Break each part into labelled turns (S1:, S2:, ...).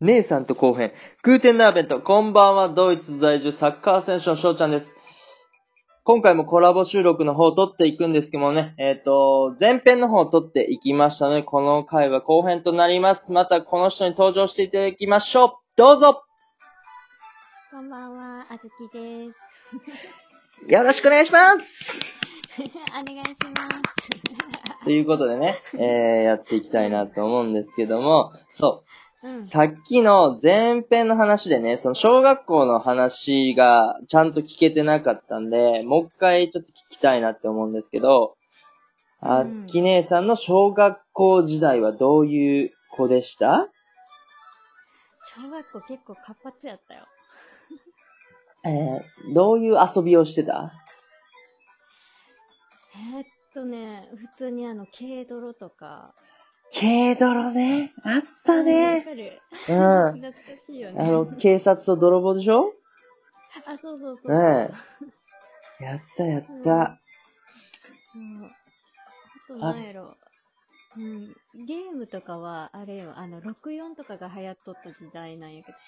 S1: 姉さんと後編。グーテンダーベント、こんばんは、ドイツ在住サッカー選手の翔ちゃんです。今回もコラボ収録の方を撮っていくんですけどもね、えっ、と、前編の方を撮っていきましたので、この回は後編となります。またこの人に登場していただきましょう。どうぞ
S2: こんばんは、あずきです。
S1: よろしくお願いします
S2: お願いします。
S1: ということでね、えー、やっていきたいなと思うんですけども、そう、
S2: うん。
S1: さっきの前編の話でね、その小学校の話がちゃんと聞けてなかったんで、もう一回ちょっと聞きたいなって思うんですけど、あ
S2: うん
S1: き姉さんの小学校時代はどういう子でした
S2: 小学校結構活発やったよ。
S1: えー、どういう遊びをしてた
S2: えーっとね、普通にあの、軽泥とか。
S1: 軽泥ね。あった
S2: わ
S1: ね。
S2: かる
S1: うん。あ
S2: 懐かしいよね。
S1: の、警察と泥棒でしょ
S2: あ、そうそうそう。
S1: うん。やったやった。
S2: そうあとなんやろ。うん。ゲームとかは、あれよ、あの、64とかが流行っとった時代なんやけど、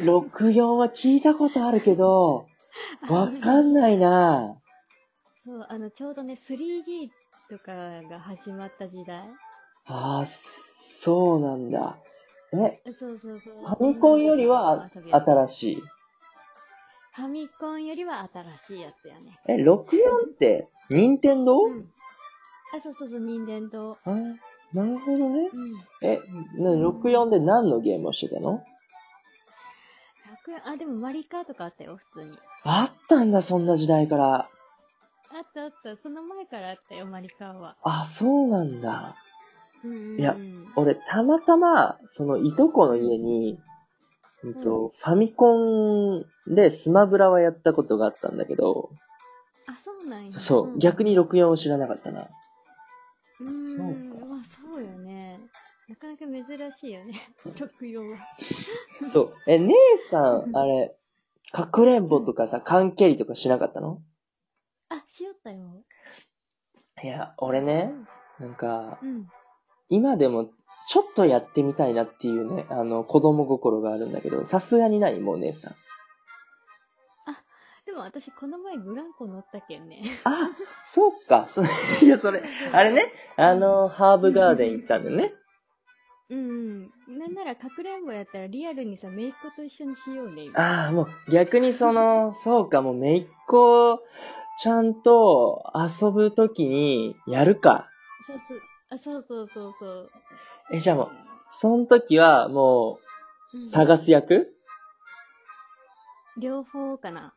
S2: 知っ
S1: 64は聞いたことあるけど、
S2: と
S1: わかんないな
S2: そう、あの、ちょうどね、3D とかが始まった時代。
S1: ああ、そうなんだ。え、
S2: そうそうそう。
S1: ファミコンよりは
S2: 遊びやった
S1: 新しい。
S2: ファミコンよりは新しいやつやね。
S1: え、64って、任天堂
S2: ん。あ、そうそうそう、任天堂。
S1: あなるほどね。
S2: うん。
S1: え、な64で何のゲームをしてたの
S2: 楽園、あ、でもマリカーとかあったよ、普通に。
S1: あったんだ、そんな時代から。
S2: あったあった、その前からあったよ、マリカーは。
S1: あ、そうなんだ。
S2: うんうんうん。
S1: いや俺、たまたま、その、いとこの家に、うんと、ファミコンでスマブラはやったことがあったんだけど、
S2: あ、そうなんや。
S1: そう、逆に64を知らなかったな。
S2: うん。
S1: そう
S2: う
S1: か
S2: ん。まあ、そうよね。なかなか珍しいよね、64は。
S1: そう。え、姉さん、あれ、かくれんぼとかさ、缶蹴りとかしなかったの
S2: あ、しよったよ。
S1: いや、俺ね、なんか、
S2: うん。
S1: 今でも、ちょっとやってみたいなっていうね、あの、子供心があるんだけど、さすがにないもう姉さん。
S2: でも私、この前ブランコ乗ったけんね。
S1: あ、そうか、そ いや、それ、あれね、あの、ハーブガーデン行ったんだよね。
S2: うんうん。なんなら、かくれんぼやったらリアルにさ、めいっ子と一緒にしようね、今。
S1: ああ、もう、逆にその、そうか、もう、めいっ子、ちゃんと遊ぶときに、やるか。
S2: そうそう。あ、そうそうそうそう。
S1: え、じゃあもう、その時は、もう、探す役
S2: 両方かな。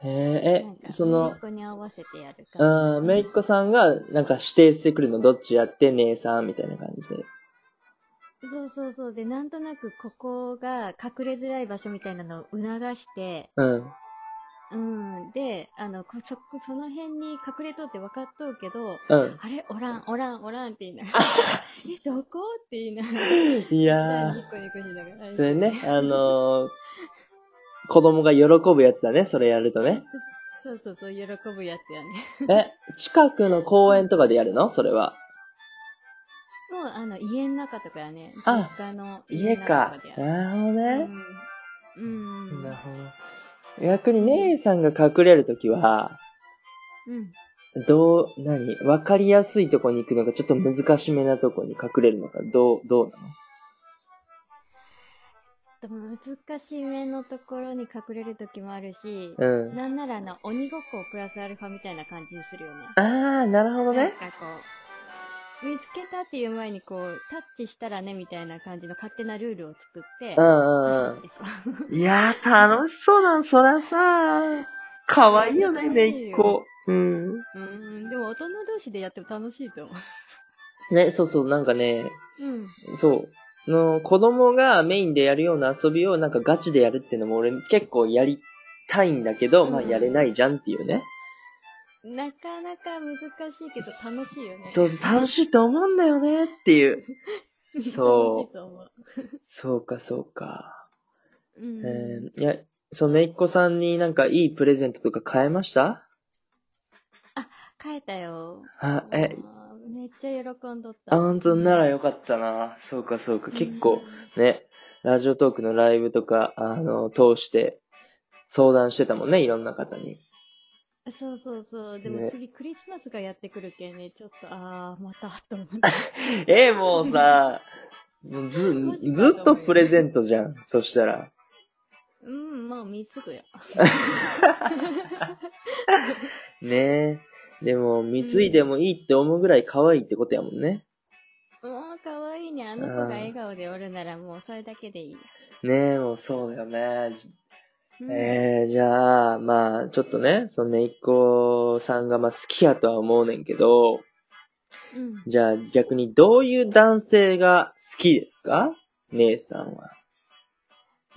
S1: へ
S2: なん
S1: ー
S2: か
S1: え、その
S2: 一、個に合わせてやるか
S1: う
S2: ら。
S1: ん、めいっ子さんが、なんか指定してくるの、どっちやって、姉さん、みたいな感じで。
S2: そうそうそう。で、なんとなくここが隠れづらい場所みたいなのを促して、
S1: うん。
S2: うん。で、あの、こそ、その辺に隠れとうって分かっとうけど、
S1: うん。
S2: あれおらん、おらん、おらんって言い ながら。え、どこって言いながら。
S1: いや
S2: ニコニコしながら。
S1: ー、それね、あのー、子供が喜ぶやつだね、それやると ね。
S2: そうそうそう、喜ぶやつやね。
S1: え、近くの公園とかでやるのそれは。
S2: もう、あの、家の中とかやね。
S1: あ
S2: 実家の
S1: 家
S2: の
S1: か
S2: 中で。やる
S1: なるほどね。
S2: うん。うん。
S1: なるほど。逆に姉さんが隠れるときは、
S2: うん。
S1: どう、何わかりやすいとこに行くのか、ちょっと難しめなとこに隠れるのか、どう、どうなの
S2: でも難しい目のところに隠れる時もあるし、
S1: うん。
S2: なんならあの、鬼ごっこをプラスアルファみたいな感じにするよね。
S1: ああ、なるほど
S2: なん
S1: ね。
S2: かこう、見つけたっていう前にこう、タッチしたらねみたいな感じの勝手なルールを作って、
S1: う
S2: 走
S1: んうん
S2: っ
S1: う
S2: てこう
S1: ん。いやー、楽しそうだな、そらさ。かわいいよね、
S2: 楽しいよ
S1: めいっ子。うん。
S2: うーん、でも大人同士でやっても楽しいと思
S1: ね、そうそう、なんかね、
S2: う。うん。
S1: そう。の、子供がメインでやるような遊びをなんかガチでやるっていうのも俺結構やりたいんだけど、まあ
S2: うん
S1: やれないじゃんっていうね。
S2: なかなか難しいけど楽しいよね。
S1: そう、楽しいと思うんだよねっていう。そう
S2: 楽しいと思う。
S1: そうか、そうか。
S2: うん。
S1: えー、いや、そう、めいっ子さんになんかいいプレゼントとか買えました
S2: 変えたよ。
S1: あ、え、
S2: あーめっちゃ喜んどった。
S1: あ、本当ならよかったな。そうか、そうか。結構、ね、ラジオトークのライブとか、あの、通して、相談してたもんね、いろんな方に。
S2: そうそうそう。でも
S1: ね
S2: 次クリスマスがやってくるけんね、ちょっと、あー、また、と思って。
S1: え、もうさ、もうず
S2: マジか、
S1: ずっとプレゼントじゃん。そしたら。
S2: うん、まあ、三つとや。
S1: ねえ。でも、貢いでもいいって思うぐらい可愛いってことやもんね。
S2: もう、かわいいね。あの子が笑顔でおるなら、もう、それだけでいいや。
S1: ねえ、もうそうよね。
S2: うん
S1: えー、じゃあ、まあ、ちょっとね、そのめいっ子さんがまあ好きやとは思うねんけど、
S2: うん。
S1: じゃあ逆にどういう男性が好きですか姉さんは。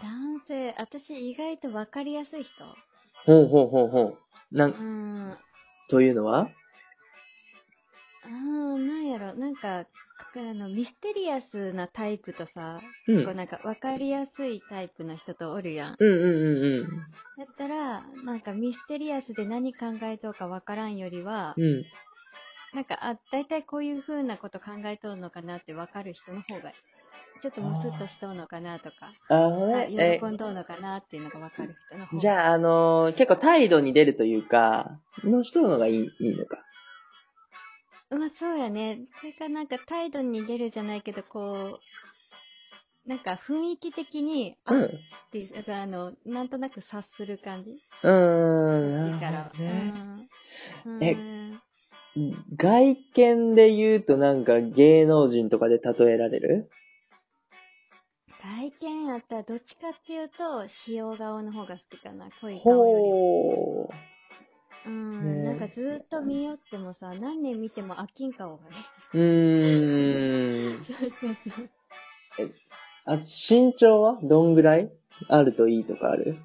S2: 男性、私意外とわかりやすい人。
S1: ほんほんほんほん。な、
S2: うんん。
S1: というのは
S2: あー、なんやろ。なんか、あの、ミステリアスなタイプとさ、
S1: うん。う
S2: こうんなんか、わかりやすいタイプの人とおるやん。
S1: うんうん
S2: だったら、なんかミステリアスで何考えとうかわからんよりは
S1: うん。、うん。
S2: なんか、あ、大体こういう風なこと考えとうのかなってわかる人の方が、ちょっとムスッとしとうのかなとか、
S1: あほ
S2: あ
S1: ら
S2: 喜
S1: え、
S2: んどうのかなっていうのがわかる人の方が。
S1: じゃあ、あのー結構態度に出るというか、の人の方がいい、いいのか。
S2: まあそうやね。それかなんか態度に出るじゃないけど、こう、なんか雰囲気的に、あ
S1: う
S2: っ
S1: ん。
S2: ていう、なんかあの、なんとなく察する感じ
S1: うーん。
S2: いい
S1: な
S2: か
S1: る
S2: ら
S1: ほ。どね。
S2: うん。
S1: え
S2: うん
S1: 外見で言うとなんか芸能人とかで例えられる
S2: 外見あったらどっちかっていうと、塩顔の方が好きかな。濃い顔より。
S1: ほー。
S2: う
S1: ね
S2: ん。なんかずっと見よってもさ、何年見ても飽きん顔がね。
S1: うーん。あ、身長はどんぐらいあるといいとかある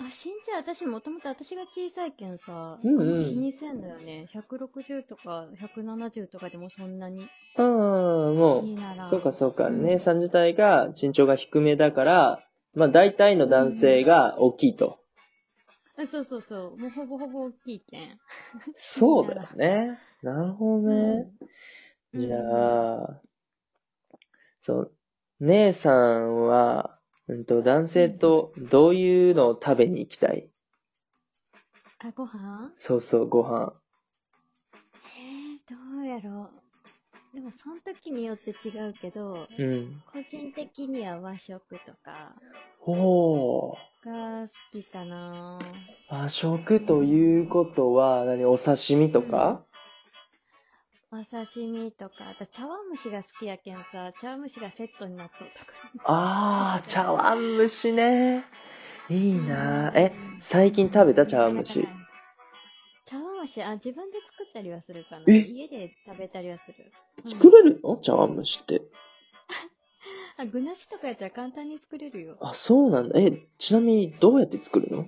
S2: あ、身長私もともと私が小さいけんさ、
S1: うんうん
S2: あまり気にせんのよね。160とか170とかでもそんなに
S1: うーん、も
S2: 気になら
S1: う、
S2: ん。
S1: そうかそうか。
S2: うん
S1: 姉さん自体が身長が低めだから、まあ大体の男性が大きいと。
S2: あそうそうそう。もうほぼほぼ大きいけん。
S1: そうだよね。なるほどね。
S2: うん
S1: いやー。そう。姉さんは、うんと、男性とどういうのを食べに行きたい
S2: あ、ご飯
S1: そうそう、ご飯。
S2: えー、どうやろう。でも、その時によって違うけど、
S1: うん。
S2: 個人的には和食とか
S1: ほー。
S2: が好きかな
S1: 和食ということは、何、お刺身とか、
S2: お刺身とか、あと茶碗蒸しが好きやけんさ、茶碗蒸しがセットになっとうとか。
S1: あー、茶碗蒸しね。いいなー。え、最近食べた茶碗蒸し。
S2: 茶碗蒸し、あ、自分で作ったりはするかな。
S1: え
S2: 家で食べたりはする。うん
S1: 作れるの茶碗蒸しって。
S2: あ、具なしとかやったら簡単に作れるよ。
S1: あ、そうなんだ。え、ちなみにどうやって作るの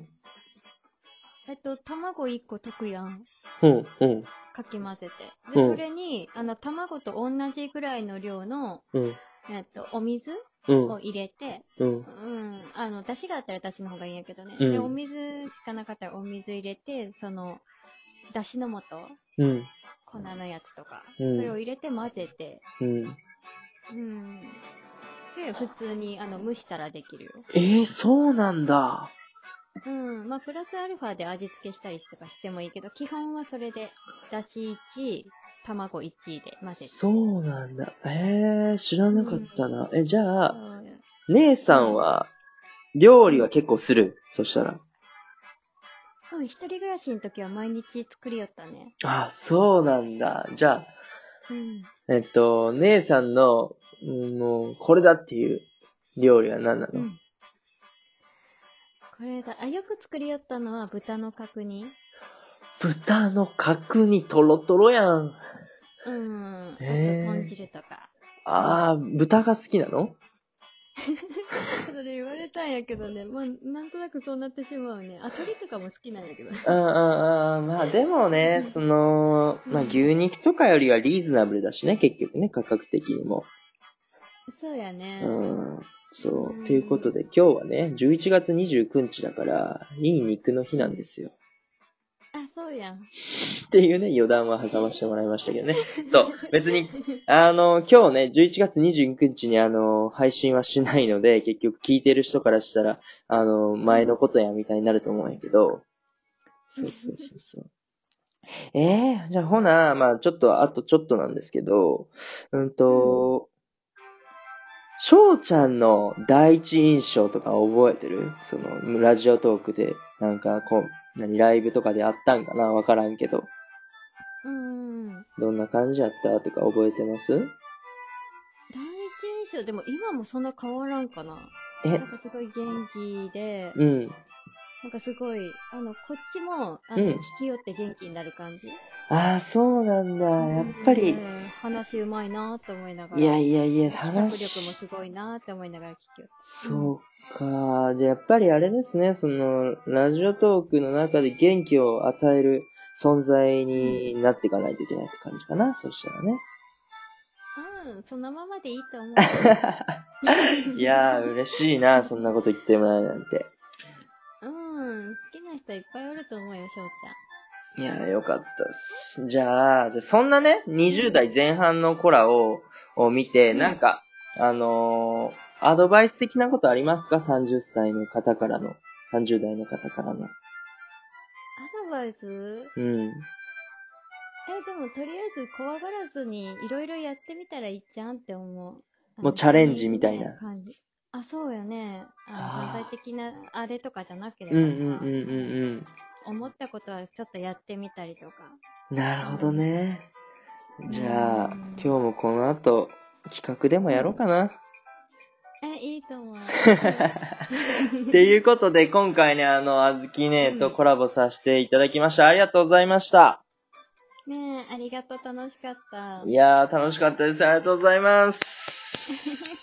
S2: えっと、卵1個溶くやん。
S1: うん、うん、
S2: かき混ぜて。で、
S1: うん
S2: それに、あの、卵と同じぐらいの量の、
S1: うん、
S2: えっと、お水
S1: うん
S2: を、入れて、
S1: うん。
S2: うん、あの、出汁があったら出汁の方がいいんやけどね。
S1: うん
S2: で、お水しかなかったらお水入れて、その、出汁の素、
S1: うん、
S2: 粉のやつとか、
S1: うん
S2: それを入れて混ぜて、
S1: うん。
S2: うん。で、普通に、あの、蒸したらできるよ。
S1: えー、そうなんだ。
S2: うん。まあ、プラスアルファで味付けしたりとかしてもいいけど、基本はそれで、出汁1、卵1で混ぜて。
S1: そうなんだ。えー、知らなかったな。え、じゃあ、
S2: そうや
S1: 姉さんは、料理は結構するそしたら。
S2: うん、一人暮らしの時は毎日作りよったね。
S1: あ、そうなんだ。じゃ
S2: うん。
S1: あ、えっと、姉さんの、うんもう、これだっていう料理は何な
S2: う
S1: の、
S2: ん。これだ。あ、よく作りよったのは豚の角煮。
S1: 豚の角煮とろとろやん。
S2: うん。あと
S1: へー
S2: 豚汁とか。
S1: あー、豚が好きなの
S2: それ言われたんやけどね。まあ、なんとなくそうなってしまうね。あ、鳥とかも好きなんやけど。
S1: うんうんうん。まあでもね、その、まあ牛肉とかよりはリーズナブルだしね、結局ね、価格的にも。
S2: そうやね。
S1: うんそうう。
S2: ん
S1: ということで、今日はね、11月29日だから、いい肉の日なんですよ。
S2: あ、そううやん。
S1: っていうね、余談は挟ましてもらいましたけどね。そう、別に、あの、今日ね、11月29日にあの、配信はしないので、結局聞いてる人からしたら、あの、前のことやみたいになると思うんやけど、そうそうそうそう。 ええー、じゃあほな、まあちょっと、あとちょっとなんですけど、うんと、翔ちゃんの第一印象とか覚えてるその、ラジオトークで、なんかこう、何、ライブとかであったんかなわからんけど。
S2: うん。第
S1: どんな感じやったとか覚えてます
S2: 一印象、でも今もそんな変わらんかな。な
S1: え
S2: ん、かすごい元気で、
S1: うん。
S2: なんかすごい、あの、こっちも、あの、
S1: うん
S2: 聞き寄って元気になる感じ。
S1: ああ、そうなんだ。やっぱり
S2: う、ん話うまいなと思いながら。
S1: いやいやいや、
S2: 企画
S1: 話
S2: 力もすごいなって思いながら聞きよっ
S1: そうか。じゃあやっぱりあれですね、その、ラジオトークの中で元気を与える存在になっていかないといけないって感じかな。そした らね。
S2: た。うん、そのままでいいと思う。
S1: いやー、嬉しいな、そんなこと言ってもらえるなんて。
S2: うん、好きな人いっぱいおると思うよ、翔ち
S1: いやー、よかったっす。じゃあ、じゃあそんなね、20代前半の子らを、を見て、
S2: うん
S1: なんか、あのー、アドバイス的なことありますか ?30 歳の方からの、30代の方からの。
S2: ゃん。アドバイス
S1: うん。
S2: え、でもとりあえず怖がらずにいろいろやってみたらいいじゃんって思う。あの
S1: もうチャレンジみたいな
S2: 感じ。あ、そうよね。あの
S1: あー
S2: 反対的なあれとかじゃなけれ
S1: う
S2: ば
S1: んう
S2: さ、
S1: んうんうん
S2: 思ったことはちょっとやってみたりとか。
S1: うん。なるほどね。じゃあ
S2: うん、
S1: 今日もこの後、企画でもやろうかな。
S2: え、いい と思う。
S1: っていうことで、今回ね、あの、あずきねとコラボさせていただきました。ありがとうございました。
S2: ねえ、ありがとう、楽しかった。
S1: いやー、楽しかったです。ありがとうございます。